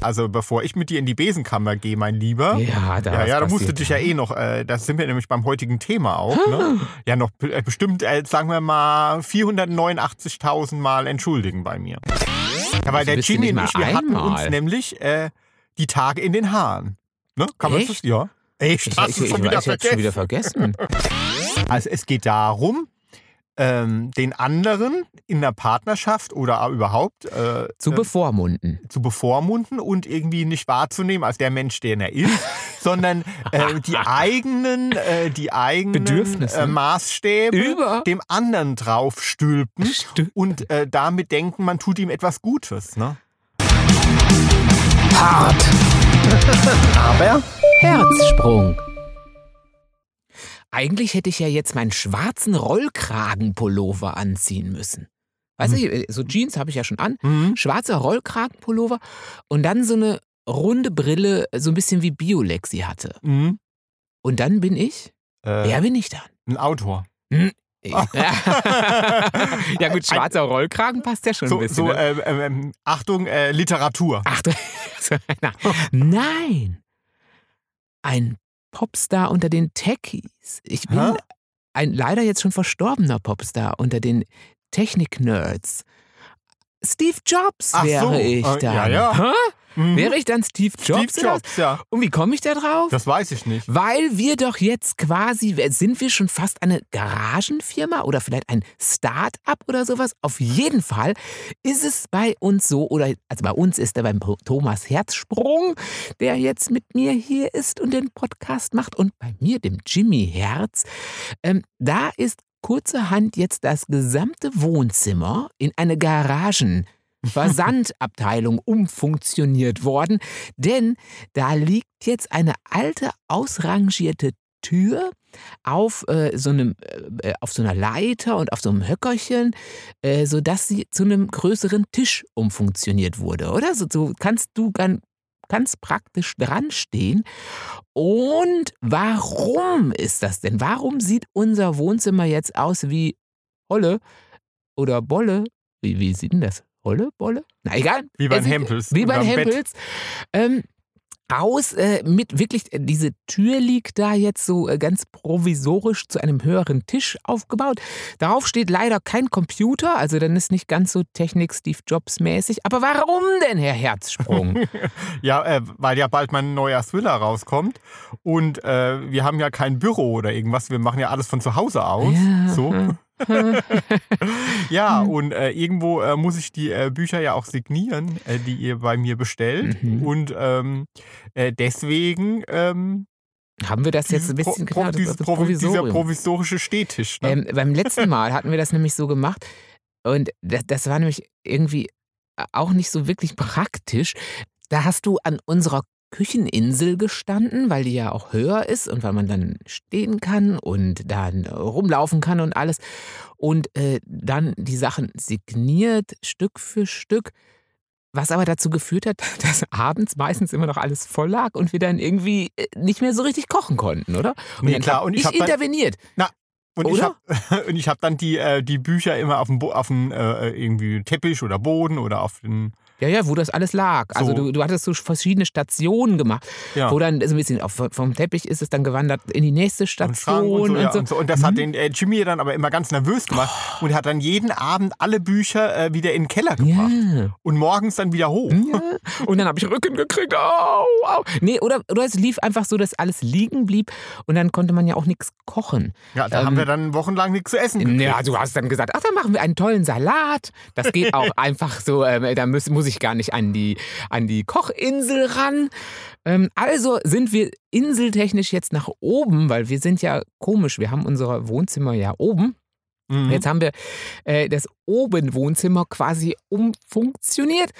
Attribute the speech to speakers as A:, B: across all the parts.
A: Also bevor ich mit dir in die Besenkammer gehe, mein Lieber.
B: Ja, da
A: Ja,
B: was
A: ja, da musst du
B: passiert.
A: dich ja eh noch, äh, das sind wir nämlich beim heutigen Thema auch, ne? ja noch be- äh, bestimmt, äh, sagen wir mal, 489.000 Mal entschuldigen bei mir. Ja, weil
B: Wieso
A: der
B: bist du
A: Jimmy und
B: nicht mal
A: ich, wir hatten uns
B: einmal?
A: nämlich äh, die Tage in den Haaren. Ne? Kann man das?
B: Echt?
A: Ja. Echt?
B: Ich,
A: Hast
B: ich,
A: du
B: ich,
A: schon
B: ich,
A: wieder
B: ich hab's schon
A: vergessen?
B: wieder vergessen.
A: Also es geht darum, ähm, den anderen in der Partnerschaft oder auch überhaupt äh,
B: Zu
A: äh,
B: bevormunden.
A: zu bevormunden und irgendwie nicht wahrzunehmen als der Mensch, den er ist, sondern äh, die eigenen, äh, die eigenen
B: Bedürfnisse.
A: äh, Maßstäbe
B: Über-
A: dem anderen draufstülpen
B: Stülpen.
A: und äh, damit denken, man tut ihm etwas Gutes. Ne?
C: Hart. Aber Herzsprung.
B: Eigentlich hätte ich ja jetzt meinen schwarzen Rollkragenpullover anziehen müssen. Weißt
A: Hm.
B: du, äh, so Jeans habe ich ja schon an.
A: Mhm.
B: Schwarzer Rollkragenpullover und dann so eine runde Brille, so ein bisschen wie Biolexi hatte.
A: Mhm.
B: Und dann bin ich?
A: Äh,
B: Wer bin ich dann?
A: Ein Autor.
B: ja gut, schwarzer Rollkragen passt ja schon ein
A: So,
B: bisschen.
A: so
B: ne?
A: äh, äh, ähm, Achtung, äh, Literatur.
B: Ach, du- so einer. Nein! Ein Popstar unter den Techies. Ich bin
A: Hä?
B: ein leider jetzt schon verstorbener Popstar unter den Technik-Nerds. Steve Jobs
A: Ach so,
B: wäre ich
A: äh,
B: dann.
A: ja, ja.
B: Hä?
A: Mhm.
B: Wäre ich dann Steve Jobs?
A: Steve Jobs, ja.
B: Und wie komme ich da drauf?
A: Das weiß ich nicht.
B: Weil wir doch jetzt quasi, sind wir schon fast eine Garagenfirma oder vielleicht ein Start-up oder sowas? Auf jeden Fall ist es bei uns so, oder also bei uns ist er beim Thomas Herzsprung, der jetzt mit mir hier ist und den Podcast macht, und bei mir, dem Jimmy Herz. Ähm, da ist kurzerhand jetzt das gesamte Wohnzimmer in eine Garagen. Versandabteilung umfunktioniert worden, denn da liegt jetzt eine alte, ausrangierte Tür auf, äh, so einem, äh, auf so einer Leiter und auf so einem Höckerchen, äh, sodass sie zu einem größeren Tisch umfunktioniert wurde, oder? So, so kannst du ganz, ganz praktisch dran stehen. Und warum ist das denn? Warum sieht unser Wohnzimmer jetzt aus wie Holle oder Bolle? Wie, wie sieht denn das? Holle, Bolle? Na egal.
A: Wie bei
B: Es sieht-
A: Hempels.
B: wie bei
A: unterm Bett.
B: Hempels. Ähm, aus äh, mit wirklich, äh, diese Tür liegt da jetzt so äh, ganz provisorisch zu einem höheren Tisch aufgebaut. Darauf steht leider kein Computer, also dann ist nicht ganz so Technik Steve Jobs mäßig. Aber warum denn, Herr Herzsprung?
A: Ja, äh, weil ja bald mein neuer Thriller rauskommt. Und äh, wir haben ja kein Büro oder irgendwas. Wir machen ja alles von zu Hause aus.
B: Ja. Mhm.
A: So. ja, und äh, irgendwo äh, muss ich die äh, Bücher ja auch signieren, äh, die ihr bei mir bestellt.
B: Mhm.
A: Und ähm, äh, deswegen ähm,
B: Haben wir das jetzt ein bisschen
A: Pro- Pro-
B: genau, das-
A: dieses
B: das
A: Provi- dieser
B: Provisorium.
A: provisorische Stehtisch. Ne?
B: Ähm, beim letzten Mal hatten wir das nämlich so gemacht und das, das war nämlich irgendwie auch nicht so wirklich praktisch. Da hast du an unserer Kücheninsel gestanden, weil die ja auch höher ist und weil man dann stehen kann und dann rumlaufen kann und alles. Und äh, dann die Sachen signiert, Stück für Stück. Was aber dazu geführt hat, dass abends meistens immer noch alles voll lag und wir dann irgendwie äh, nicht mehr so richtig kochen konnten, oder? Und
A: Nee,
B: dann
A: klar,
B: hab
A: und ich
B: ich
A: hab dann-
B: interveniert.
A: Und ich
B: Oder?
A: hab- und ich habe hab dann die, äh, die Bücher immer auf dem, Bo- auf dem äh, irgendwie Teppich oder Boden oder auf den.
B: Ja, ja, wo das alles lag. Also
A: So.
B: du, du hattest so verschiedene Stationen gemacht,
A: Ja.
B: wo dann so ein bisschen auf, vom Teppich ist es dann gewandert in die nächste
A: und Schrank
B: Station
A: und so, ja,
B: und so. Mhm. Oh.
A: und so. Und das hat den äh, Jimmy dann aber immer ganz nervös gemacht und hat dann jeden Abend alle Bücher äh, wieder in den Keller gebracht
B: Ja. Mhm.
A: und morgens dann wieder hoch.
B: Ja. Und dann habe ich Rücken gekriegt. Au, au. Nee, oder, oder es lief einfach so, dass alles liegen blieb und dann konnte man ja auch nichts kochen.
A: Ja, da
B: Ähm,
A: haben wir dann wochenlang nichts zu essen gekriegt.
B: Ja, du hast dann gesagt, ach, dann machen wir einen tollen Salat. Das geht auch einfach so, ähm, da muss, muss ich gar nicht an die, an die Kochinsel ran. Ähm, also sind wir inseltechnisch jetzt nach oben, weil wir sind ja komisch, wir haben unser Wohnzimmer ja oben.
A: Mhm.
B: Jetzt haben wir äh, das oben Wohnzimmer quasi umfunktioniert.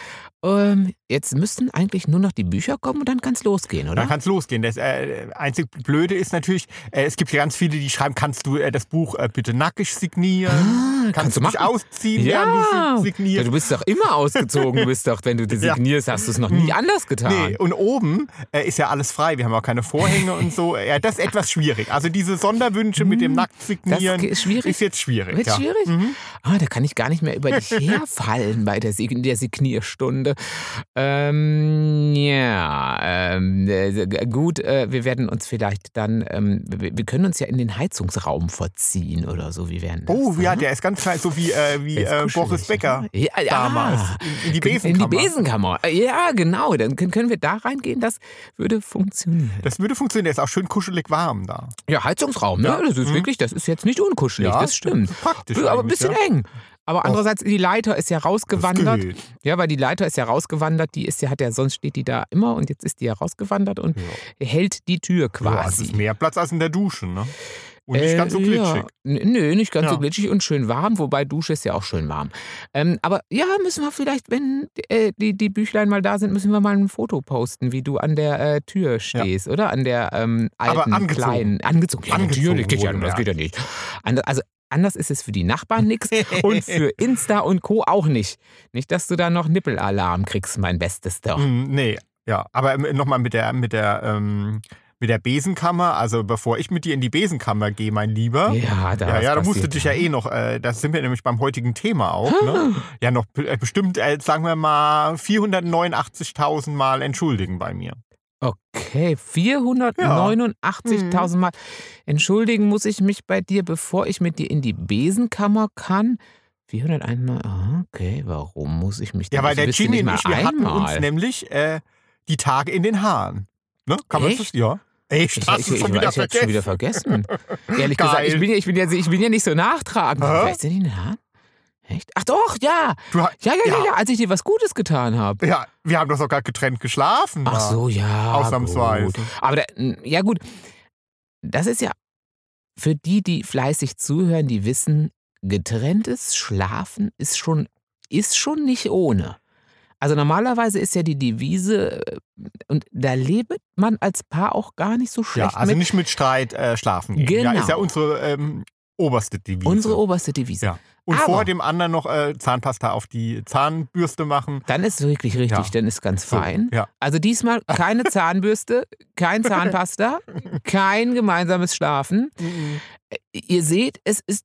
B: Ähm, jetzt müssten eigentlich nur noch die Bücher kommen und dann kann es losgehen,
A: Dann
B: oder?
A: kann es losgehen. Das äh, einzig Blöde ist natürlich, äh, es gibt ja ganz viele, die schreiben, kannst du äh, das Buch äh, bitte nackig signieren?
B: Ah,
A: Kannst, du dich
B: machen.
A: ausziehen,
B: Ja.
A: während du si-
B: Ja,
A: signierst?
B: du bist doch immer ausgezogen, du bist doch, wenn du
A: Ja. Mhm.
B: designierst, hast du es noch nie anders getan.
A: Nee, und oben äh, ist ja alles frei. Wir haben auch keine Vorhänge und so. Ja, das ist etwas schwierig. Also diese Sonderwünsche mit dem Nackt
B: Mhm. Das
A: signieren
B: ist schwierig.
A: ist jetzt schwierig.
B: Wird
A: ja. Mhm.
B: schwierig. Ah, da kann ich gar nicht mehr über dich herfallen bei der, Sig der Signierstunde. Ähm, Ja, ähm, äh, gut, äh, wir werden uns vielleicht dann, ähm, wir, wir können uns ja in den Heizungsraum verziehen oder so. Wie werden das?
A: Oh,
B: ne?
A: ja, der ist ganz klein, so wie, äh, wie
B: Der
A: äh,
B: ist
A: Boris
B: kuschelig,
A: Becker
B: ne? Ja, ja.
A: damals. In die
B: In die
A: Besenkammer.
B: Besenkammer. Äh, Ja, genau. Dann können können wir da reingehen. Das würde funktionieren.
A: Das würde funktionieren, der ist auch schön kuschelig warm da.
B: Ja, Heizungsraum, ne?
A: Ja.
B: Das ist
A: Mhm.
B: wirklich, das ist jetzt nicht unkuschelig,
A: Ja,
B: das stimmt.
A: praktisch
B: aber ein
A: eigentlich,
B: bisschen
A: ja. Oh.
B: eng. Aber andererseits, die Leiter ist ja rausgewandert.
A: geht.
B: Ja, weil die Leiter ist ja rausgewandert, die ist ja, hat ja, sonst steht die da immer und jetzt ist die ja rausgewandert und hält die Tür
A: Ja, also es
B: quasi.
A: ist mehr Platz als in der Dusche, ne? Und nicht
B: Äh,
A: ganz so
B: Ja.
A: glitschig.
B: N- Nö, nicht ganz so
A: Ja.
B: glitschig und schön warm, wobei Dusche ist ja auch schön warm. Ähm, aber ja, müssen wir vielleicht, wenn äh, die, die Büchlein mal da sind, müssen wir mal ein Foto posten, wie du an der äh, Tür stehst, oder? An der ähm, alten,
A: Aber angezogen.
B: kleinen. Angezogen. Ja,
A: Angezogen,
B: natürlich. Geht ja, das
A: wohlgemerkt.
B: geht ja nicht. Ander, also, anders ist es für die Nachbarn nichts und für Insta und Co. auch nicht. Nicht, dass du da noch Nippelalarm kriegst, mein Bestes doch.
A: Mm, nee, ja. Aber ähm, nochmal mit der, mit der, ähm, mit der Besenkammer, also bevor ich mit dir in die Besenkammer gehe, mein Lieber.
B: Ja, da Ah.
A: Ja,
B: was
A: ja, da musst du
B: passiert.
A: dich ja eh noch, äh, das sind wir nämlich beim heutigen Thema auch, ne? Ja, noch be- äh, bestimmt, äh, sagen wir mal, 489.000 Mal entschuldigen bei mir.
B: Okay, 489.000
A: Mhm.
B: Mal. Entschuldigen muss ich mich bei dir, bevor ich mit dir in die Besenkammer kann. 401 Mal. Ah, Okay, warum muss ich mich
A: Ja,
B: denn-
A: weil
B: ich
A: der
B: wüsste
A: Jimmy
B: nicht
A: und
B: mal
A: ich, wir hatten
B: einmal.
A: uns nämlich äh, die Tage in den Haaren. Ne? Kann man
B: Echt?
A: das? Ja. Echt?
B: ich,
A: Hast
B: ich,
A: du
B: ich,
A: schon
B: ich,
A: wieder
B: ich hätte schon wieder
A: vergessen?
B: vergessen. Ehrlich
A: Geil.
B: gesagt, ich bin, ja, ich, bin ja, ich bin ja nicht so nachtragend.
A: Hä?
B: Weißt du den Haaren? Echt? Ach doch, ja.
A: Du ha-
B: Ja, ja, ja,
A: Ja.
B: ja, als ich dir was Gutes getan habe.
A: Ja, wir haben doch sogar getrennt geschlafen.
B: Ach
A: da.
B: so, ja.
A: Ausnahmsweise.
B: Gut. Aber da, n- ja gut, das ist ja für die, die fleißig zuhören, die wissen, getrenntes Schlafen ist schon, ist schon nicht ohne. Also normalerweise ist ja die Devise, äh, und da lebt man als Paar auch gar nicht so
A: Ja,
B: schlecht
A: also
B: mit.
A: nicht mit Streit äh, schlafen gehen. Ja,
B: Genau.
A: ist ja unsere ähm, oberste Devise.
B: Unsere oberste Devise.
A: Ja. Und
B: Aber-
A: vor dem anderen noch äh, Zahnpasta auf die Zahnbürste machen.
B: Dann ist wirklich richtig,
A: Ja.
B: dann ist ganz
A: So,
B: fein.
A: ja.
B: Also diesmal keine Zahnbürste, kein Zahnpasta, kein gemeinsames Schlafen. ihr seht, es ist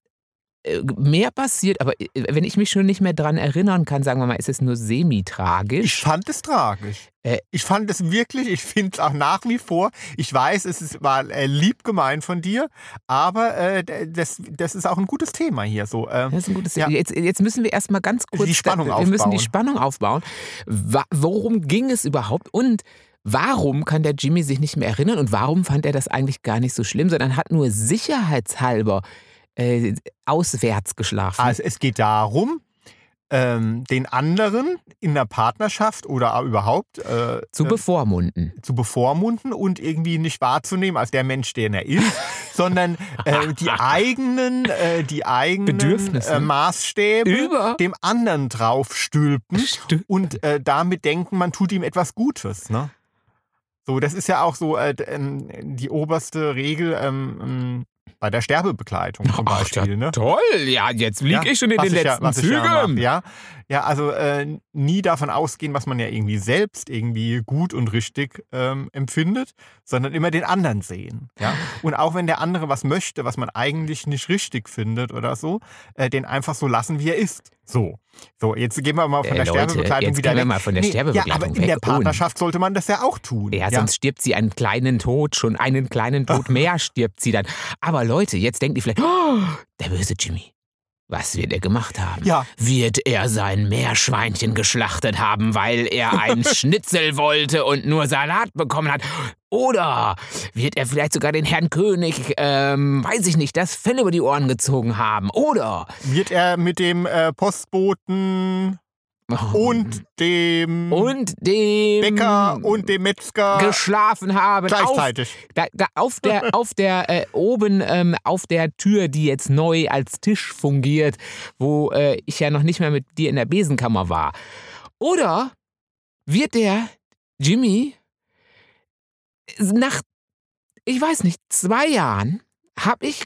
B: äh, mehr passiert, aber äh, wenn ich mich schon nicht mehr dran erinnern kann, sagen wir mal, ist es nur
A: Ich
B: semi-tragisch.
A: fand es tragisch.
B: Äh,
A: ich fand es wirklich, ich finde es auch nach wie vor. Ich weiß, es ist, war äh, lieb gemeint von dir, aber äh, d- das, das ist auch ein gutes Thema hier. So, äh,
B: Das ist ein gutes
A: Ja.
B: Jetzt, jetzt müssen wir erstmal ganz kurz. äh,
A: Die Spannung
B: wir müssen die
A: aufbauen.
B: Spannung aufbauen. Wa- Worum ging es überhaupt? Und warum kann der Jimmy sich nicht mehr erinnern? Und warum fand er das eigentlich gar nicht so schlimm, sondern hat nur sicherheitshalber äh, auswärts geschlafen?
A: Also es geht darum, ähm, den anderen in der Partnerschaft oder auch überhaupt äh,
B: zu
A: äh,
B: bevormunden.
A: zu bevormunden und irgendwie nicht wahrzunehmen als der Mensch, den er ist, sondern äh, die eigenen, äh, die eigenen
B: Bedürfnisse.
A: äh, Maßstäbe
B: Über-
A: dem anderen draufstülpen
B: Stülpen.
A: und äh, damit denken, man tut ihm etwas Gutes. Ne? So, das ist ja auch so äh, d- ähm, die oberste Regel ähm, ähm, bei der Sterbebegleitung zum
B: Ach,
A: Beispiel.
B: ja,
A: ne?
B: toll, ja, jetzt lieg
A: Ja,
B: ich schon in
A: was
B: den
A: ich
B: letzten
A: ja, was ich
B: Zügen.
A: Ja, mach, ja, ja, also äh, nie davon ausgehen, was man ja irgendwie selbst irgendwie gut und richtig ähm, empfindet, sondern immer den anderen sehen. Ja? Und auch wenn der andere was möchte, was man eigentlich nicht richtig findet oder so, äh, den einfach so lassen, wie er ist. So, so jetzt gehen wir mal von
B: Äh,
A: der
B: Leute,
A: Sterbebegleitung
B: jetzt
A: wieder
B: gehen wir
A: weg.
B: mal von der
A: ja, aber
B: Sterbebegleitung
A: in der
B: weg.
A: Partnerschaft sollte man das ja auch tun.
B: Ja, sonst stirbt sie einen kleinen Tod, schon einen kleinen Tod mehr stirbt sie dann. Aber Leute, jetzt denkt ihr vielleicht, oh, der böse Jimmy, was wird er gemacht haben?
A: Ja.
B: Wird er sein Meerschweinchen geschlachtet haben, weil er ein Schnitzel wollte und nur Salat bekommen hat? Oder wird er vielleicht sogar den Herrn König, ähm, weiß ich nicht, das Fell über die Ohren gezogen haben? Oder
A: Wird er mit dem äh, Postboten und dem
B: Oh. und dem
A: Bäcker und dem Metzger
B: geschlafen haben. Auf
A: gleichzeitig.
B: Da, da, auf der, auf der äh, oben, ähm, auf der Tür, die jetzt neu als Tisch fungiert, wo äh, ich ja noch nicht mehr mit dir in der Besenkammer war. Oder wird der Jimmy nach, ich weiß nicht, zwei Jahren habe ich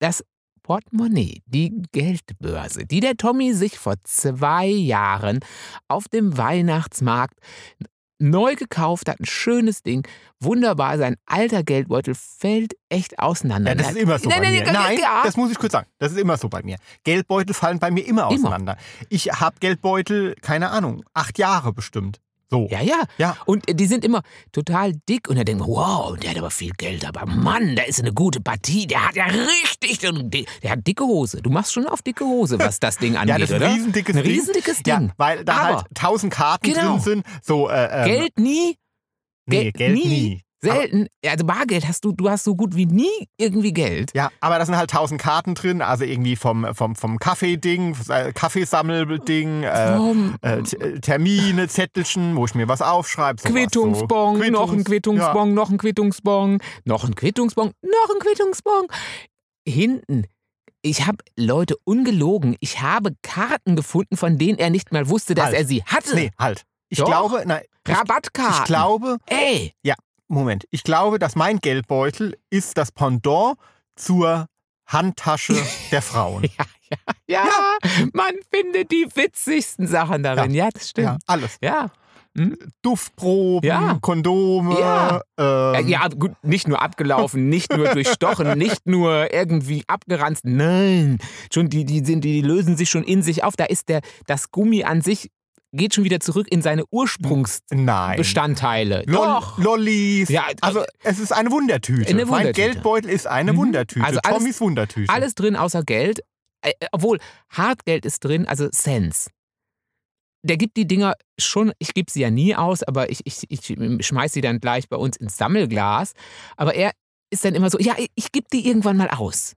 B: das Portemonnaie, die Geldbörse, die der Tommy sich vor zwei Jahren auf dem Weihnachtsmarkt neu gekauft hat, ein schönes Ding, wunderbar, sein alter Geldbeutel fällt echt auseinander.
A: Ja, das ist immer so
B: nein,
A: bei
B: nein,
A: mir.
B: nein,
A: Nein,
B: ja.
A: das muss ich kurz sagen. Das ist immer so bei mir. Geldbeutel fallen bei mir immer
B: Immer.
A: auseinander. Ich habe Geldbeutel, keine Ahnung, acht Jahre bestimmt. So.
B: Ja, ja.
A: Ja.
B: Und äh, die sind immer total dick und er denkt, wow, der hat aber viel Geld, aber Mann, der ist eine gute Partie, der hat ja richtig, so einen dick- der hat dicke Hose. Du machst schon auf dicke Hose, was das Ding angeht,
A: Ja, das ist ein
B: oder?
A: riesendickes
B: ein
A: Ding.
B: riesendickes Ding.
A: Ja, weil da
B: aber
A: halt tausend Karten
B: Genau.
A: drin sind. So, äh, ähm,
B: Geld nie,
A: Nee,
B: Geld
A: Geld
B: nie.
A: nie.
B: selten, also Bargeld hast du, du hast so gut wie nie irgendwie Geld.
A: Ja, aber da sind halt tausend Karten drin, also irgendwie vom, vom, vom Kaffee-Ding, äh, Kaffeesammelding, äh,
B: Warum?
A: äh, T- äh, Termine, Zettelchen, wo ich mir was aufschreibe. sowas
B: Quittungsbon,
A: so. Quittungs-
B: noch ein Quittungsbon, noch ein Quittungsbon, noch ein Quittungsbon, noch ein Quittungsbon. Hinten. Ich habe Leute ungelogen. Ich habe Karten gefunden, von denen er nicht mal wusste, dass
A: Halt.
B: er sie
A: Ja.
B: hatte.
A: Nee, halt. Ich
B: Doch.
A: glaube, na, ich,
B: Rabattkarten.
A: ich glaube,
B: Ey,
A: Moment, ich glaube, dass mein Geldbeutel ist das Pendant zur Handtasche der Frauen.
B: ja, ja, ja, Man findet die witzigsten Sachen darin. Ja, das
A: ja,
B: stimmt.
A: alles.
B: Ja.
A: Duftproben,
B: Ja.
A: Kondome.
B: Ja.
A: Ähm,
B: Ja, Äh, ja, gut, nicht nur abgelaufen, nicht nur durchstochen, nicht nur irgendwie abgeranzt. Nein, schon die, die, sind, die lösen sich schon in sich auf. Da ist der, das Gummi an sich geht schon wieder zurück in seine
A: Nein.
B: Ursprungsbestandteile.
A: Lol-
B: Doch.
A: Lollis.
B: Ja, äh,
A: also es ist eine Wundertüte.
B: Eine
A: Mein
B: Wundertüte.
A: Geldbeutel ist eine
B: Mhm.
A: Wundertüte.
B: Also alles-
A: Tommys Wundertüte.
B: Alles drin außer Geld. Äh, äh, obwohl, Hartgeld ist drin, also Cents. Der gibt die Dinger schon, ich gebe sie ja nie aus, aber ich, ich, ich schmeiß sie dann gleich bei uns ins Sammelglas. Aber er ist dann immer so, ja, ich gebe die irgendwann mal aus.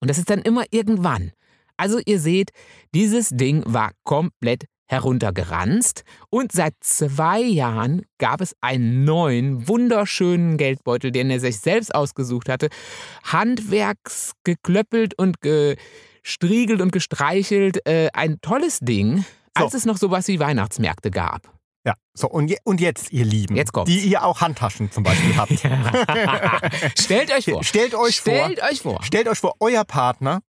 B: Und das ist dann immer irgendwann. Also ihr seht, dieses Ding war komplett heruntergeranzt und seit zwei Jahren gab es einen neuen, wunderschönen Geldbeutel, den er sich selbst ausgesucht hatte, handwerksgeklöppelt und gestriegelt und gestreichelt. Äh, ein tolles Ding,
A: So.
B: als es noch sowas wie Weihnachtsmärkte gab.
A: Ja. So, und, je, und jetzt, ihr Lieben,
B: Jetzt kommt's.
A: die ihr auch Handtaschen zum Beispiel habt.
B: Stellt euch vor.
A: Stellt euch
B: Stellt
A: vor,
B: euch vor.
A: stellt euch vor, euer Partner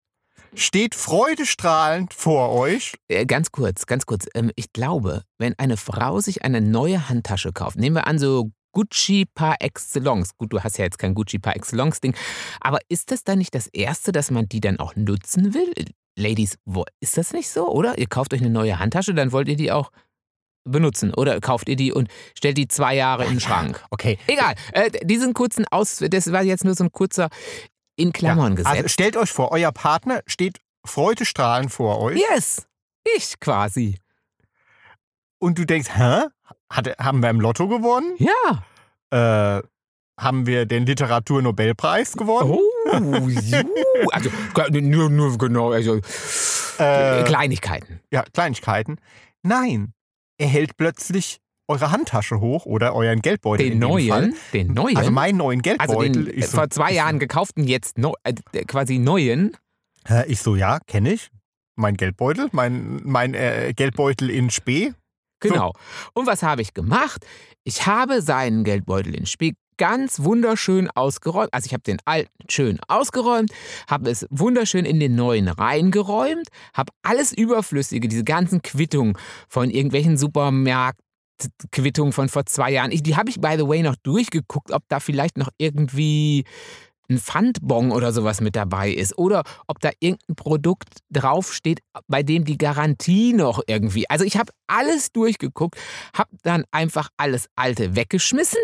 A: steht freudestrahlend vor euch.
B: Äh, Ganz kurz, ganz kurz. Ähm, Ich glaube, wenn eine Frau sich eine neue Handtasche kauft, nehmen wir an, so Gucci par excellence. Gut, du hast ja jetzt kein Gucci par excellence Ding, aber ist das dann nicht das Erste, dass man die dann auch nutzen will? Äh, Ladies, wo- ist das nicht so, oder? Ihr kauft euch eine neue Handtasche, dann wollt ihr die auch benutzen oder kauft ihr die und stellt die zwei Jahre in den Schrank.
A: Okay.
B: Egal, äh, diesen kurzen Aus, das war jetzt nur so ein kurzer in Klammern
A: ja.
B: gesetzt.
A: Also stellt euch vor, euer Partner steht freudestrahlend vor euch
B: yes, ich quasi.
A: und du denkst, hä? Hat, er- haben wir im Lotto gewonnen?
B: Ja.
A: Äh, haben wir den Literaturnobelpreis gewonnen? Hm.
B: Oh, juhu. also nur, nur genau, also
A: Äh,
B: Kleinigkeiten.
A: ja, Kleinigkeiten. Nein, er hält plötzlich eure Handtasche hoch oder euren Geldbeutel.
B: Den
A: in dem Fall.
B: neuen, den neuen,
A: Also meinen neuen
B: also
A: Geldbeutel.
B: den
A: ich, so,
B: vor zwei Jahren gekauften, jetzt neu, äh, quasi neuen.
A: Hä, ich so, ja, kenne ich. Mein Geldbeutel, mein, mein äh, Geldbeutel in Spee.
B: Genau. Und was habe ich gemacht? Ich habe seinen Geldbeutel in Spee ganz wunderschön ausgeräumt. Also ich habe den alten schön ausgeräumt, habe es wunderschön in den neuen reingeräumt, habe alles Überflüssige, diese ganzen Quittungen von irgendwelchen Supermärkten, Quittung von vor zwei Jahren. Ich, die habe ich, by the way, noch durchgeguckt, ob da vielleicht noch irgendwie ein Pfandbon oder sowas mit dabei ist. Oder ob da irgendein Produkt draufsteht, bei dem die Garantie noch irgendwie. Also ich habe alles durchgeguckt, habe dann einfach alles Alte weggeschmissen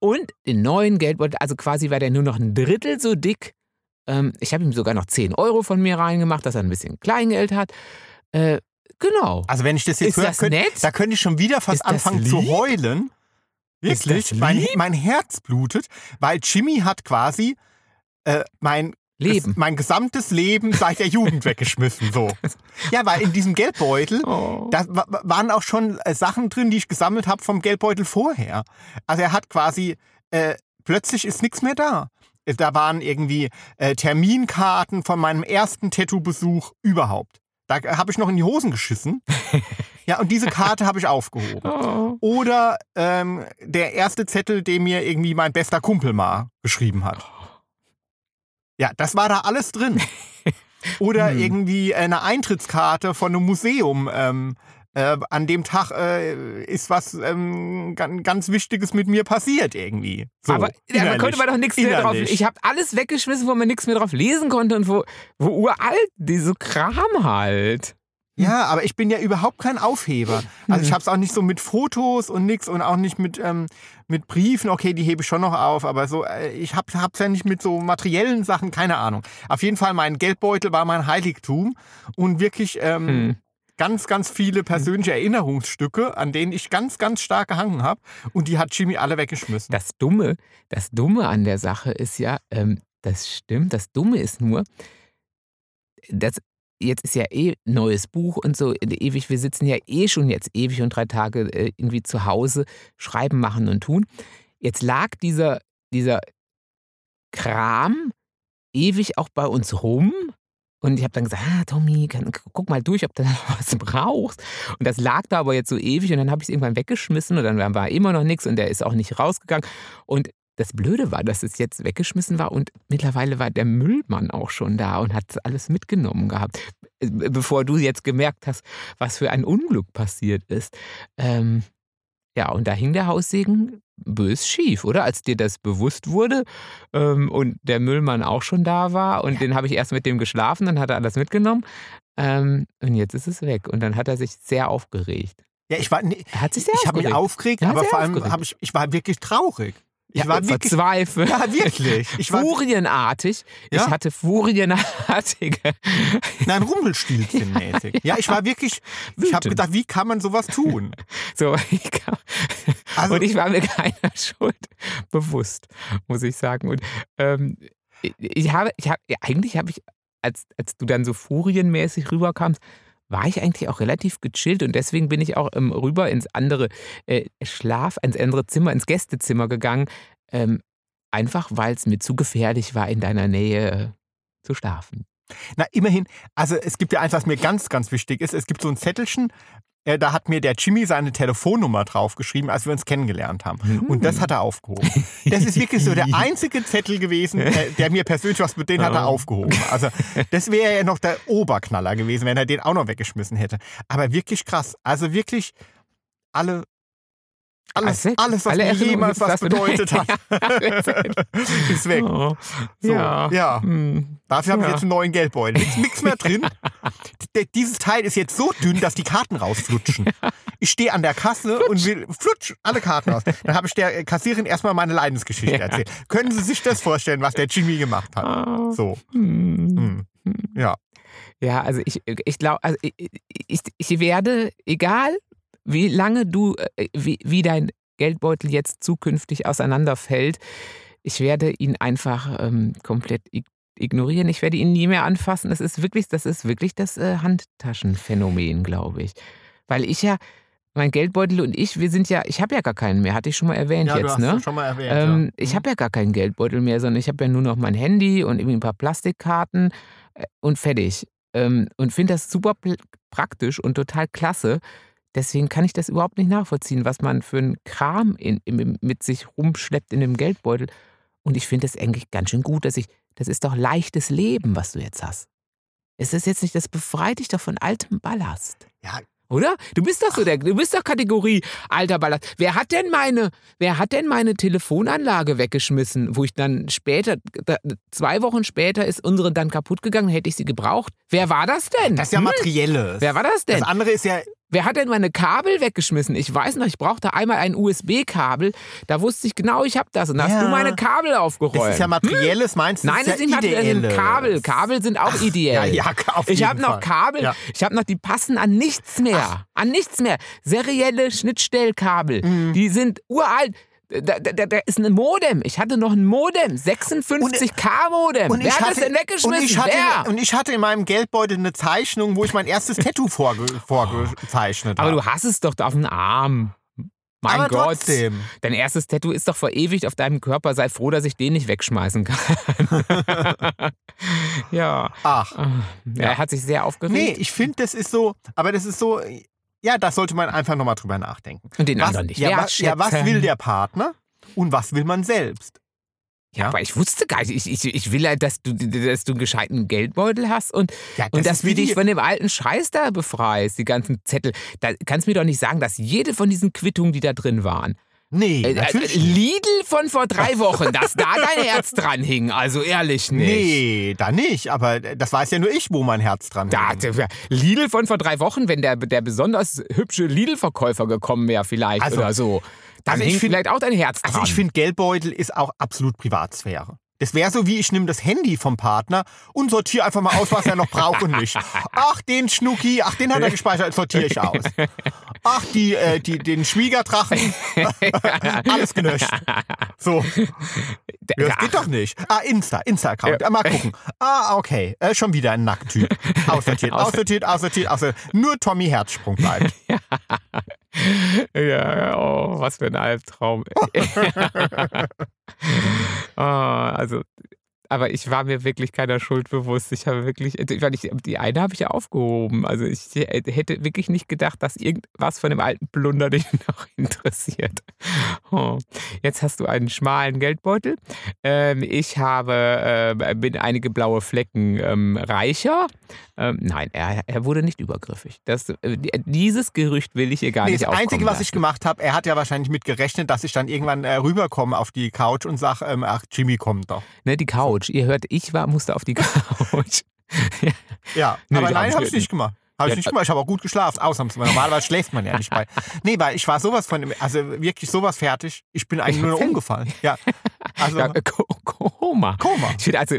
B: und den neuen Geldbeutel, also quasi war der nur noch ein Drittel so dick. Ähm, ich habe ihm sogar noch 10 Euro von mir reingemacht, dass er ein bisschen Kleingeld hat. Äh, genau.
A: Also wenn ich das jetzt
B: Ist
A: höre,
B: das
A: könnt-
B: nett?
A: da könnte ich schon wieder
B: Ist
A: fast
B: das
A: anfangen zu
B: lieb?
A: heulen.
B: Ist
A: Wirklich,
B: das
A: mein,
B: lieb?
A: mein Herz blutet, weil Jimmy hat quasi äh, mein
B: Leben.
A: mein gesamtes Leben seit der Jugend weggeschmissen. So. Ja, weil in diesem Geldbeutel,
B: Oh.
A: da wa- wa- waren auch schon äh, Sachen drin, die ich gesammelt habe vom Geldbeutel vorher. Also er hat quasi, äh, plötzlich ist nichts mehr da. Äh, Da waren irgendwie äh, Terminkarten von meinem ersten Tattoo-Besuch überhaupt. Da habe ich noch in die Hosen geschissen. Ja, und diese Karte habe ich aufgehoben.
B: Oh.
A: Oder ähm, der erste Zettel, den mir irgendwie mein bester Kumpel mal geschrieben hat. Ja, das war da alles drin. Oder
B: Hm.
A: irgendwie eine Eintrittskarte von einem Museum. Ähm, äh, an dem Tag äh, ist was ähm, ganz, ganz Wichtiges mit mir passiert irgendwie. So,
B: aber ja, da
A: innerlich.
B: konnte man doch nichts mehr drauf.
A: Innerlich.
B: Ich habe alles weggeschmissen, wo man nichts mehr drauf lesen konnte und wo, wo uralt diese Kram halt.
A: Ja, aber ich bin ja überhaupt kein Aufheber. Also ich habe es auch nicht so mit Fotos und nix und auch nicht mit, ähm, mit Briefen. Okay, die hebe ich schon noch auf, aber so äh, ich hab, hab's ja nicht mit so materiellen Sachen, keine Ahnung. Auf jeden Fall mein Geldbeutel war mein Heiligtum und wirklich ähm,
B: Hm.
A: ganz, ganz viele persönliche Erinnerungsstücke, an denen ich ganz, ganz stark gehangen habe und die hat Jimmy alle weggeschmissen.
B: Das Dumme, das Dumme an der Sache ist ja, ähm, das stimmt, das Dumme ist nur, das, jetzt ist ja eh neues Buch und so äh, ewig, wir sitzen ja eh schon jetzt ewig und drei Tage äh, irgendwie zu Hause, schreiben, machen und tun. Jetzt lag dieser, dieser Kram ewig auch bei uns rum. Und ich habe dann gesagt, ah, Tommy, kann, guck mal durch, ob du da noch was brauchst. Und das lag da aber jetzt so ewig und dann habe ich es irgendwann weggeschmissen und dann war immer noch nichts und der ist auch nicht rausgegangen. Und das Blöde war, dass es jetzt weggeschmissen war und mittlerweile war der Müllmann auch schon da und hat alles mitgenommen gehabt, Be- bevor du jetzt gemerkt hast, was für ein Unglück passiert ist. Ähm, ja, und da hing der Haussegen bös schief, oder? Als dir das bewusst wurde ähm, und der Müllmann auch schon da war und den habe ich erst mit dem geschlafen, dann hat er alles mitgenommen ähm, und jetzt ist es weg und dann hat er sich sehr aufgeregt.
A: Ja, ich war, nee,
B: Er hat sich sehr
A: ich habe mich aufgeregt,
B: aufgeregt. Ja,
A: aber
B: sehr
A: vor allem
B: aufgeregt.
A: hab ich, ich war wirklich traurig. Ich
B: ja,
A: war wirklich
B: verzweifelt.
A: Ja, wirklich. Ich war
B: Furienartig.
A: Ja.
B: Ich hatte furienartige.
A: nein, Rumpelstilzchen-mäßig. Ja, ich war wirklich, ich habe
B: Wütend.
A: gedacht, wie kann man sowas tun?
B: So, ich kam,
A: Also-
B: und ich war mir keiner Schuld bewusst, muss ich sagen. Und ähm, ich- ich habe, ich habe, ja, eigentlich habe ich, als, als du dann so furienmäßig rüberkamst, war ich eigentlich auch relativ gechillt und deswegen bin ich auch ähm, rüber ins andere äh, Schlaf, ins andere Zimmer, ins Gästezimmer gegangen. Ähm, einfach weil es mir zu gefährlich war, in deiner Nähe äh, zu schlafen.
A: Na, immerhin, also es gibt ja eins, was mir ganz, ganz wichtig ist. Es gibt so ein Zettelchen, äh, da hat mir der Jimmy seine Telefonnummer draufgeschrieben, als wir uns kennengelernt haben. Und das hat er aufgehoben. Das ist wirklich so der einzige Zettel gewesen, der, der mir persönlich was mit den hat er
B: Oh.
A: aufgehoben. Also das wäre ja noch der Oberknaller gewesen, wenn er den auch noch weggeschmissen hätte. Aber wirklich krass. Also wirklich alle. Alles,
B: Alles weg.
A: alles, was
B: Alle
A: mir
B: Erinnerungen,
A: jemals was
B: was bedeutet-
A: bedeutet hat, ist weg.
B: Oh,
A: So,
B: ja.
A: ja.
B: Hm.
A: Dafür habe ich
B: Ja.
A: jetzt einen neuen Geldbeutel. Ist nichts mehr drin. D- Dieses Teil ist jetzt so dünn, dass die Karten rausflutschen. Ich stehe an der Kasse und will flutsch alle Karten raus. Dann habe ich der Kassierin erstmal meine Leidensgeschichte
B: Ja.
A: erzählt. Können Sie sich das vorstellen, was der Jimmy gemacht hat?
B: Ah.
A: So.
B: Hm.
A: Hm. Ja.
B: Ja, also ich, ich glaube, also ich, ich, ich werde, egal wie lange du, äh, wie, wie dein Geldbeutel jetzt zukünftig auseinanderfällt, ich werde ihn einfach ähm, komplett ig- ignorieren. Ich werde ihn nie mehr anfassen. Das ist wirklich, das ist wirklich das äh, Handtaschenphänomen, glaube ich. Weil ich ja, mein Geldbeutel und ich, wir sind ja, ich habe ja gar keinen mehr, hatte ich schon mal erwähnt
A: ja, Mhm. du
B: jetzt,
A: hast
B: ne?
A: schon mal erwähnt.
B: Ähm, ich habe ja gar keinen Geldbeutel mehr, sondern ich habe ja nur noch mein Handy und irgendwie ein paar Plastikkarten äh, und fertig. Ähm, und finde das super pl- praktisch und total klasse. Deswegen kann ich das überhaupt nicht nachvollziehen, was man für einen Kram in, im- mit sich rumschleppt in dem Geldbeutel. Und ich finde es eigentlich ganz schön gut, dass ich, das ist doch leichtes Leben, was du jetzt hast. Es ist jetzt nicht, das befreit dich doch von altem Ballast.
A: Ja.
B: Oder? Du bist doch so der, du bist doch Kategorie alter Ballast. Wer hat denn meine, wer hat denn meine Telefonanlage weggeschmissen, wo ich dann später, da, zwei Wochen später ist unsere dann kaputt gegangen, hätte ich sie gebraucht. Wer war das denn?
A: Das ist ja
B: Hm?
A: materielles.
B: Wer war das denn?
A: Das andere ist ja,
B: Wer hat denn meine Kabel weggeschmissen? Ich weiß noch, ich brauchte einmal ein USB-Kabel. Da wusste ich genau, ich habe das. Und da hast
A: Ja.
B: du meine Kabel aufgeräumt.
A: das ist ja materielles, meinst du?
B: Hm? Nein, das
A: das
B: ist nicht materiell, das sind
A: ideelles.
B: Kabel. Kabel sind auch
A: Ja,
B: ideell.
A: ja, auf
B: Ich
A: jeden
B: habe noch
A: Fall.
B: Kabel,
A: Ja.
B: ich habe noch, die passen an nichts mehr. An nichts mehr. Serielle Schnittstellkabel.
A: Mhm.
B: Die sind uralt. Da, da, da- da ist ein Modem. Ich hatte noch ein Modem. 56K-Modem. Wer hat das denn weggeschmissen?
A: Und ich, hatte,
B: Wer?
A: und ich hatte in meinem Geldbeutel eine Zeichnung, wo ich mein erstes Tattoo vorge vorgezeichnet
B: Aber
A: habe.
B: du hast es doch da auf dem Arm. Mein
A: Aber
B: Gott.
A: trotzdem.
B: Dein erstes Tattoo ist doch verewigt auf deinem Körper. Sei froh, dass ich den nicht wegschmeißen kann. ja.
A: Ach.
B: Er hat sich sehr aufgeregt.
A: Nee, ich finde, das ist so, aber das ist so, ja, das sollte man einfach nochmal drüber nachdenken.
B: Und den
A: Was,
B: anderen nicht.
A: ja, was, ja, was
B: wertschätzen.
A: will der Partner und was will man selbst?
B: Ja, aber ich wusste gar nicht. Ich, ich, ich will halt, dass du, dass du einen gescheiten Geldbeutel hast und,
A: Ja, das
B: und dass
A: ist wie
B: du dich
A: die-
B: von dem alten Scheiß da befreist, die ganzen Zettel. Da kannst du mir doch nicht sagen, dass jede von diesen Quittungen, die da drin waren,
A: Nee,
B: Äh,
A: natürlich
B: äh,
A: nicht.
B: Lidl von vor drei Wochen, dass da dein Herz dran hing. Also ehrlich nicht.
A: Nee, da nicht. Aber das weiß ja nur ich, wo mein Herz dran
B: Da,
A: hängt.
B: da- Lidl von vor drei Wochen, wenn der, der besonders hübsche Lidl-Verkäufer gekommen wäre vielleicht
A: Also-
B: oder so, dann
A: also ich
B: hing
A: find-
B: vielleicht auch dein Herz dran.
A: Also ich finde, Geldbeutel ist auch absolut Privatsphäre. Das wäre so wie, ich nehme das Handy vom Partner und sortiere einfach mal aus, was er noch braucht und nicht. Ach, den Schnucki, ach, den hat er gespeichert, sortiere ich aus. Ach, die, äh, die, den Schwiegerdrachen, alles gelöscht. So, ja, das geht doch nicht. Ah, Insta, Insta-Account, Ah, mal gucken. Ah, okay, äh, schon wieder ein Nackttyp. Aussortiert, aussortiert, aussortiert, aussortiert. Nur Tommy Herzsprung bleibt.
B: Ja, oh, was für ein Albtraum. Ah, also, aber ich war mir wirklich keiner Schuld bewusst. Ich habe wirklich, ich meine, ich, die eine habe ich ja aufgehoben. Also ich hätte wirklich nicht gedacht, dass irgendwas von dem alten Plunder dich noch interessiert. Oh. Jetzt hast du einen schmalen Geldbeutel. Ähm, ich habe, äh, bin einige blaue Flecken ähm, reicher. Ähm, nein, er, er wurde nicht übergriffig. Das, äh, dieses Gerücht will ich hier gar
A: Nee,
B: nicht
A: das Einzige,
B: aufkommen
A: was ich
B: lassen.
A: gemacht habe, er hat ja wahrscheinlich mit gerechnet, dass ich dann irgendwann äh, rüberkomme auf die Couch und sage, ähm, ach, Jimmy kommt doch.
B: Ne, die Couch. Ihr hört, ich war, musste auf die Couch.
A: Ja,
B: Nee,
A: aber
B: das hab
A: nein,
B: ich
A: habe ich
B: nicht.
A: nicht gemacht. Habe ich
B: Ja,
A: nicht gemacht. Ich habe auch gut geschlafen, ausnahmsweise. Normalerweise schläft man ja nicht bei. Nee, weil ich war sowas von, also wirklich sowas fertig. Ich bin eigentlich nur noch umgefallen. Ja, also
B: Ja, Ko- Koma.
A: Koma.
B: Ich finde, also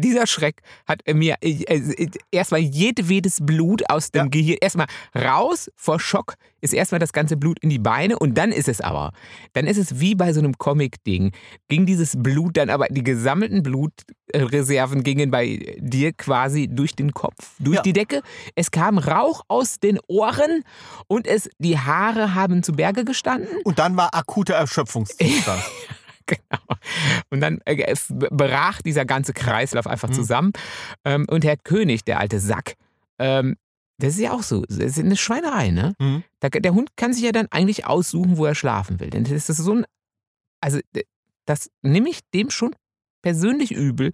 B: dieser Schreck hat mir äh, äh, erstmal jedwedes Blut aus dem
A: Ja.
B: Gehirn, erstmal raus vor Schock ist erstmal das ganze Blut in die Beine und dann ist es aber, dann ist es wie bei so einem Comic-Ding, ging dieses Blut dann aber, die gesammelten Blutreserven gingen bei dir quasi durch den Kopf, durch
A: Ja.
B: die Decke, es kam Rauch aus den Ohren und es, die Haare haben zu Berge gestanden.
A: Und dann war akuter Erschöpfungszustand.
B: Genau. Und dann äh, es b- brach dieser ganze Kreislauf
A: Mhm.
B: einfach zusammen. Ähm, und Herr König, der alte Sack, ähm, das ist ja auch so, das ist eine Schweinerei, ne?
A: Mhm.
B: Da, der Hund kann sich ja dann eigentlich aussuchen, wo er schlafen will. Denn das ist so ein, also d- das nehme ich dem schon persönlich übel,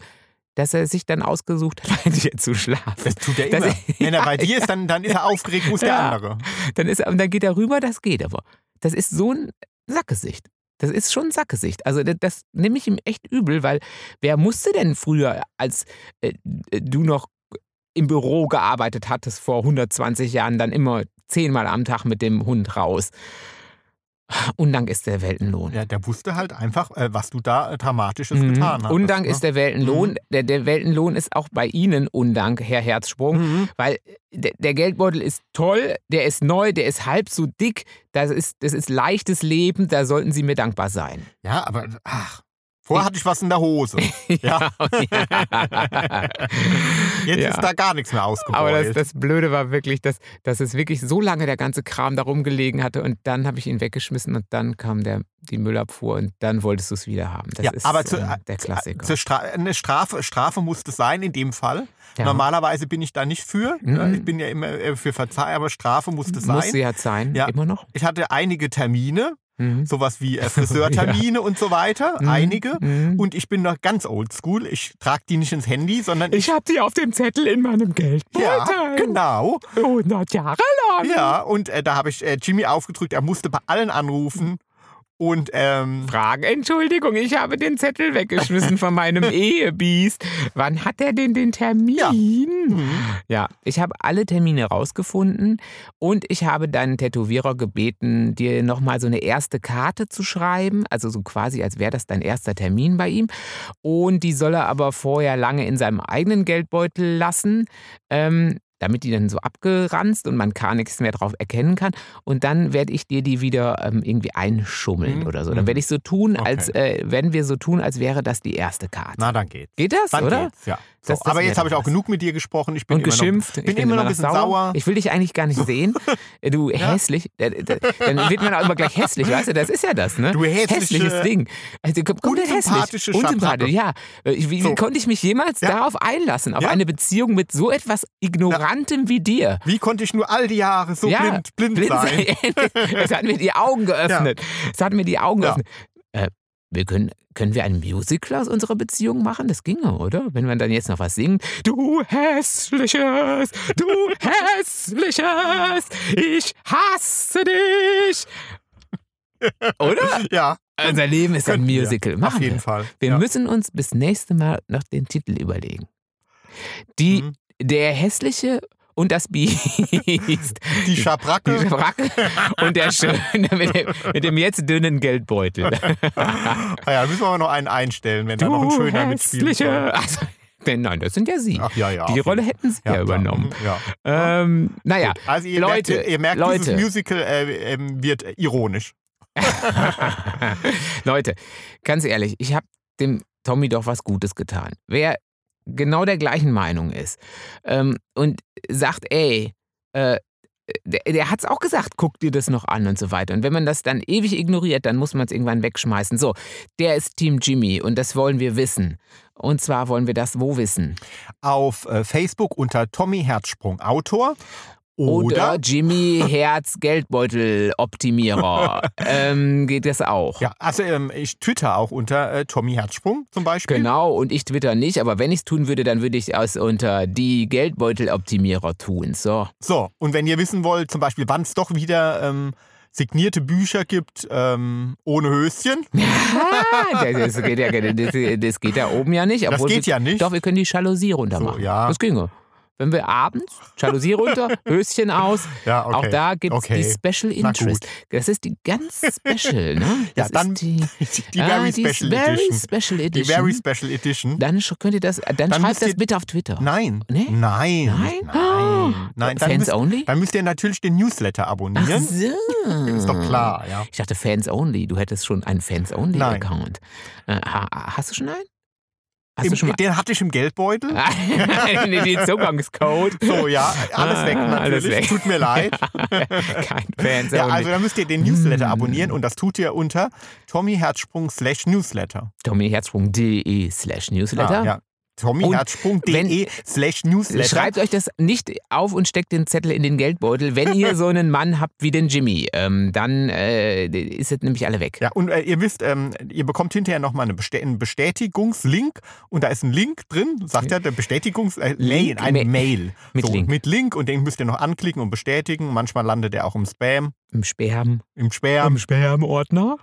B: dass er sich dann ausgesucht hat, bei dir zu schlafen.
A: Das tut er
B: Das-
A: immer. Wenn er bei dir ist, dann, dann ist er aufgeregt, wo ist der
B: Ja.
A: andere?
B: Dann ist er, und dann geht er rüber, das geht aber. Das ist so ein Sackgesicht. Das ist schon ein Sackgesicht. Also das, das nehme ich ihm echt übel, weil wer musste denn früher, als äh, du noch im Büro gearbeitet hattest vor 120 Jahren, dann immer zehnmal am Tag mit dem Hund raus? Undank ist der Weltenlohn.
A: Ja, der wusste halt einfach, äh, was du da äh, Dramatisches
B: Mhm.
A: getan hast.
B: Undank
A: ne?
B: ist der Weltenlohn.
A: Mhm.
B: Der, der Weltenlohn ist auch bei Ihnen Undank, Herr Herzsprung.
A: Mhm.
B: Weil äh, der, der Geldbeutel ist toll, der ist neu, der ist halb so dick, das ist, das ist leichtes Leben, da sollten Sie mir dankbar sein.
A: Ja, aber ach, vorher hatte ich was in der Hose. Ja.
B: ja.
A: Jetzt
B: Ja.
A: ist da Oh, gar nichts mehr
B: Aber das,
A: ausgebeult.
B: das Blöde war wirklich, dass, dass es wirklich so lange der ganze Kram da rumgelegen hatte und dann habe ich ihn weggeschmissen und dann kam der, die Müllabfuhr und dann wolltest du es wieder haben. Das
A: Ja,
B: ist
A: aber zu-
B: äh, der Klassiker.
A: Zur Stra eine Strafe, Strafe muss es sein in dem Fall.
B: Ja.
A: Normalerweise bin ich da nicht für.
B: Mhm.
A: Ja, Ich bin ja immer äh, für Verzeih, aber Strafe muss es
B: Muss
A: sein.
B: sie ja sein,
A: Ja.
B: immer noch.
A: Ich hatte einige Termine,
B: Mhm.
A: sowas wie äh, Friseurtermine und so weiter, einige.
B: Mhm.
A: Und ich bin noch ganz oldschool. Ich trage die nicht ins Handy, sondern
B: Ich habe die auf dem Zettel in meinem Geldbeutel.
A: ja, genau.
B: 100 Jahre lang.
A: Ja, und äh, da habe ich äh, Jimmy aufgedrückt. Er musste bei allen anrufen. Und ähm,
B: Fragen. Entschuldigung, ich habe den Zettel weggeschmissen von meinem Ehebiest. Wann hat er denn den Termin?
A: mhm.
B: Ja, ich habe alle Termine rausgefunden und ich habe deinen Tätowierer gebeten, dir nochmal so eine erste Karte zu schreiben. Also so quasi, als wäre das dein erster Termin bei ihm. Und die soll er aber vorher lange in seinem eigenen Geldbeutel lassen. Ähm, damit die dann so abgeranzt und man gar nichts mehr drauf erkennen kann. Und dann werde ich dir die wieder ähm, irgendwie einschummeln
A: Mhm.
B: oder so. Dann werde ich so tun,
A: Okay.
B: als äh, werden wir so tun, als wäre das die erste Karte.
A: na, dann geht's.
B: Geht das,
A: Dann
B: oder?
A: geht's, ja. So,
B: Das- das
A: aber
B: wäre
A: jetzt habe ich
B: doch
A: auch
B: was.
A: genug mit dir gesprochen. Ich bin
B: und
A: immer noch-
B: geschimpft.
A: bin immer noch ein bisschen sauer.
B: Ich will dich eigentlich gar nicht sehen. Äh, Du hässlich. Da- da- Dann wird man auch immer gleich hässlich, weißt du? Das ist ja das, ne?
A: Du hässliche-
B: hässliches Ding. Also kommt kommt denn hässlich.
A: Unsympathische Schabracke.
B: Unsympathisch. Ja. Ich, wie,
A: So.
B: wie konnte ich mich jemals
A: Ja.
B: darauf einlassen, auf
A: Ja.
B: eine Beziehung mit so etwas Ignorantem wie dir?
A: Wie konnte ich nur all die Jahre so blind, blind, sein?
B: es hat mir die Augen geöffnet. Es hat mir die Augen
A: Ja.
B: geöffnet. Äh, wir können, können wir ein Musical aus unserer Beziehung machen? Das ginge, oder? Wenn man dann jetzt noch was singt. Du hässliches, du hässliches, ich hasse dich. Oder?
A: Ja,
B: Unser Leben ist ein
A: Könnten wir.
B: Musical.
A: auf
B: Machen
A: jeden
B: wir.
A: Fall.
B: Wir
A: ja.
B: müssen uns bis nächste Mal noch den Titel überlegen. Die,
A: Mhm.
B: Der hässliche und das Biest.
A: Die
B: Die
A: Schabracke.
B: Wracke und der Schöne mit dem, mit dem jetzt dünnen Geldbeutel.
A: ah ja, müssen wir aber noch einen einstellen, wenn da noch ein schöner mitspielt.
B: Also, nein, nein, das sind ja Sie.
A: Ach ja, ja. auf
B: Die
A: jeden
B: Rolle
A: Fall.
B: hätten Sie ja,
A: klar.
B: übernommen.
A: Mhm, Ja.
B: Ähm, naja,
A: Gut. Also ihr
B: Leute,
A: merkt, ihr merkt
B: Leute.
A: dieses Musical äh, ähm, wird ironisch.
B: Leute, ganz ehrlich, ich habe dem Tommy doch was Gutes getan. Wer genau der gleichen Meinung ist ähm, und sagt, ey, äh, der, der hat es auch gesagt, guck dir das noch an und so weiter. Und wenn man das dann ewig ignoriert, dann muss man es irgendwann wegschmeißen. So, der ist Team Jimmy und das wollen wir wissen. Und zwar wollen wir das wo wissen.
A: Auf äh, Facebook unter Tommy Herzsprung Autor
B: Oder,
A: oder
B: Jimmy Herz Geldbeutel Optimierer. ähm, geht das auch?
A: ja, also ähm, ich twitter auch unter äh, Tommy Herzsprung zum Beispiel.
B: Genau, und ich twitter nicht, aber wenn ich es tun würde, dann würde ich es unter die Geldbeuteloptimierer tun. So.
A: So, und wenn ihr wissen wollt, zum Beispiel, wann es doch wieder ähm, signierte Bücher gibt, ähm, ohne Höschen,
B: Ah, das, das, geht ja, das, das geht da oben ja nicht.
A: das
B: obwohl
A: geht
B: wir,
A: ja nicht.
B: Doch, wir können die Jalousie runter
A: So,
B: machen.
A: ja.
B: Das ginge. Wenn wir abends, Jalousie runter, Höschen aus,
A: ja, okay.
B: auch da gibt es
A: Okay.
B: die Special
A: Na gut.
B: Interest. Das ist die ganz Special, ne?
A: Ja,
B: Das
A: dann
B: ist die,
A: die
B: ah,
A: Very
B: die
A: Special
B: very
A: Edition.
B: Special Edition.
A: Die Very Special Edition.
B: dann sch- könnt ihr das, dann,
A: Dann
B: schreibt
A: müsst
B: das
A: ihr-
B: bitte auf Twitter.
A: Nein.
B: Nee?
A: Nein.
B: Nein? Oh.
A: Nein. Nein. Dann,
B: Fans
A: müsst,
B: only?
A: dann müsst ihr natürlich den Newsletter
B: Ach
A: abonnieren.
B: so.
A: Ist doch klar, ja.
B: Ich dachte Fans Only. Du hättest schon einen Fans Only
A: Nein.
B: Account. Äh, ha, hast du schon einen? Hast du
A: Im,
B: schon mal? Ah.
A: den hatte ich im Geldbeutel.
B: nee, den Zugangscode.
A: So, ja, alles weg
B: Ah, alles
A: natürlich.
B: weg.
A: Tut mir leid.
B: Kein Fans
A: Ja,
B: Only.
A: also dann müsst ihr den Newsletter
B: Hm.
A: abonnieren und das tut ihr unter tommyherzsprung slash Newsletter.
B: TommyHerzsprung.de E slash Newsletter.
A: Ah, ja.
B: Und
A: tommyherzsprung.de slash Newsletter.
B: Schreibt euch das nicht auf und steckt den Zettel in den Geldbeutel, wenn ihr so einen Mann habt wie den Jimmy. Ähm, dann äh, ist es nämlich alle weg.
A: Ja, und äh, ihr wisst, ähm, ihr bekommt hinterher nochmal eine Bestä einen Bestätigungslink und da ist ein Link drin, sagt ja der Bestätigungs... Äh, Mail,
B: Link,
A: eine
B: Ma-
A: Mail.
B: mit
A: so,
B: Link.
A: Mit Link und den müsst ihr noch anklicken und bestätigen. Manchmal landet er auch im Spam,
B: Im Sperm.
A: im Sperm.
B: Spermordner?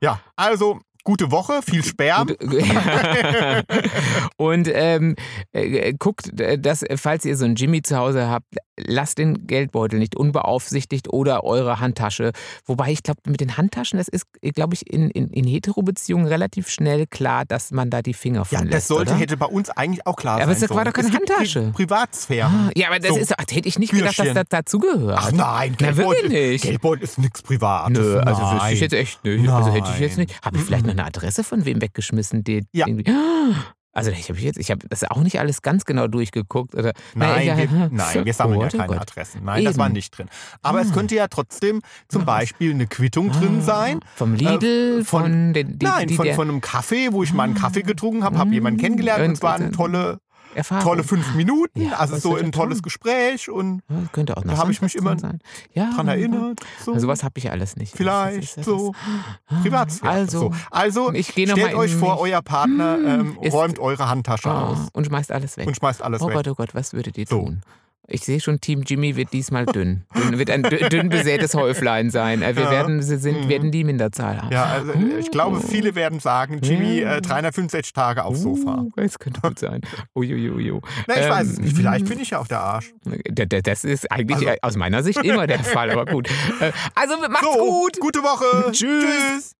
A: Ja, also gute Woche, viel Sperm.
B: Und, äh, und ähm, äh, guckt, äh, dass, äh, falls ihr so einen Jimmy zu Hause habt, lasst den Geldbeutel nicht unbeaufsichtigt oder eure Handtasche. Wobei ich glaube, mit den Handtaschen, das ist, glaube ich, in, in, in Hetero-Beziehungen relativ schnell klar, dass man da die Finger von
A: Ja,
B: lässt.
A: das sollte,
B: oder?
A: hätte bei uns eigentlich auch klar
B: Ja, aber
A: sein
B: es war
A: sollen.
B: doch keine
A: Es gibt Pri-
B: Handtasche.
A: Privatsphäre.
B: Ah, ja, aber das
A: So.
B: ist, das hätte ich nicht gedacht, dass
A: Türchen.
B: das dazugehört.
A: Ach nein,
B: Na,
A: Geldbeutel,
B: wirklich nicht.
A: Geldbeutel ist nichts Privates.
B: Nö, also wüsste
A: nein.
B: ich jetzt echt nicht. Also hätte ich jetzt
A: Nein.
B: nicht. Habe ich vielleicht noch eine Adresse von wem weggeschmissen? Die
A: Ja.
B: irgendwie- Also ich habe jetzt, ich habe das auch nicht alles ganz genau durchgeguckt oder.
A: Nein,
B: Naja,
A: wir,
B: Äh, ja.
A: nein, wir sammeln ja
B: Gott, oh
A: keine
B: Gott.
A: Adressen. Nein, das
B: Eben. Ah.
A: war nicht drin. Aber es könnte ja trotzdem zum Beispiel eine Quittung drin sein.
B: Vom Lidl,
A: Äh, von-
B: von, den Ah. die,
A: Nein,
B: die,
A: von,
B: der Ah. Mm,
A: von einem Kaffee, wo ich mal einen Kaffee getrunken habe, habe jemanden kennengelernt und es waren tolle,
B: Erfahrung.
A: tolle fünf Minuten.
B: Ah. Ja,
A: also
B: was
A: so
B: wird
A: ein
B: da tun?
A: tolles Gespräch und
B: Ja, könnte auch noch
A: Da habe ich mich
B: Sonntag
A: immer
B: sein. Ja,
A: dran erinnert. So.
B: Ah. Also was habe ich alles nicht. Das ist-
A: Vielleicht
B: das ist-
A: so Privatsphäre.
B: Also,
A: so. also
B: ich gehe noch
A: stellt
B: mal in
A: euch vor,
B: mich. Mm,
A: euer Partner ähm,
B: ist-
A: räumt eure Handtasche
B: Ah,
A: aus
B: und schmeißt alles weg.
A: und schmeißt alles
B: oh
A: weg.
B: Gott, oh Gott, was würdet ihr
A: So.
B: tun? Ich sehe schon, Team Jimmy wird diesmal dünn. Dünn wird ein dünn dünn besätes Häuflein sein. Äh, Wir
A: Ja.
B: werden, sie sind,
A: Mhm.
B: werden die Minderzahl haben. Oh.
A: Ja, also ich
B: Ah.
A: glaube, viele werden sagen, Jimmy, äh, 365 Tage aufs Sofa.
B: Uh, das könnte gut sein. Uiuiui.
A: Na, ich
B: Ähm,
A: weiß es nicht. Vielleicht bin ich ja auch der Arsch.
B: D- d- Das ist eigentlich
A: Also-
B: äh, aus meiner Sicht immer der Fall, aber gut. Äh, Also macht's
A: So,
B: gut.
A: Gute Woche.
B: Tschüss.
A: Tschüss.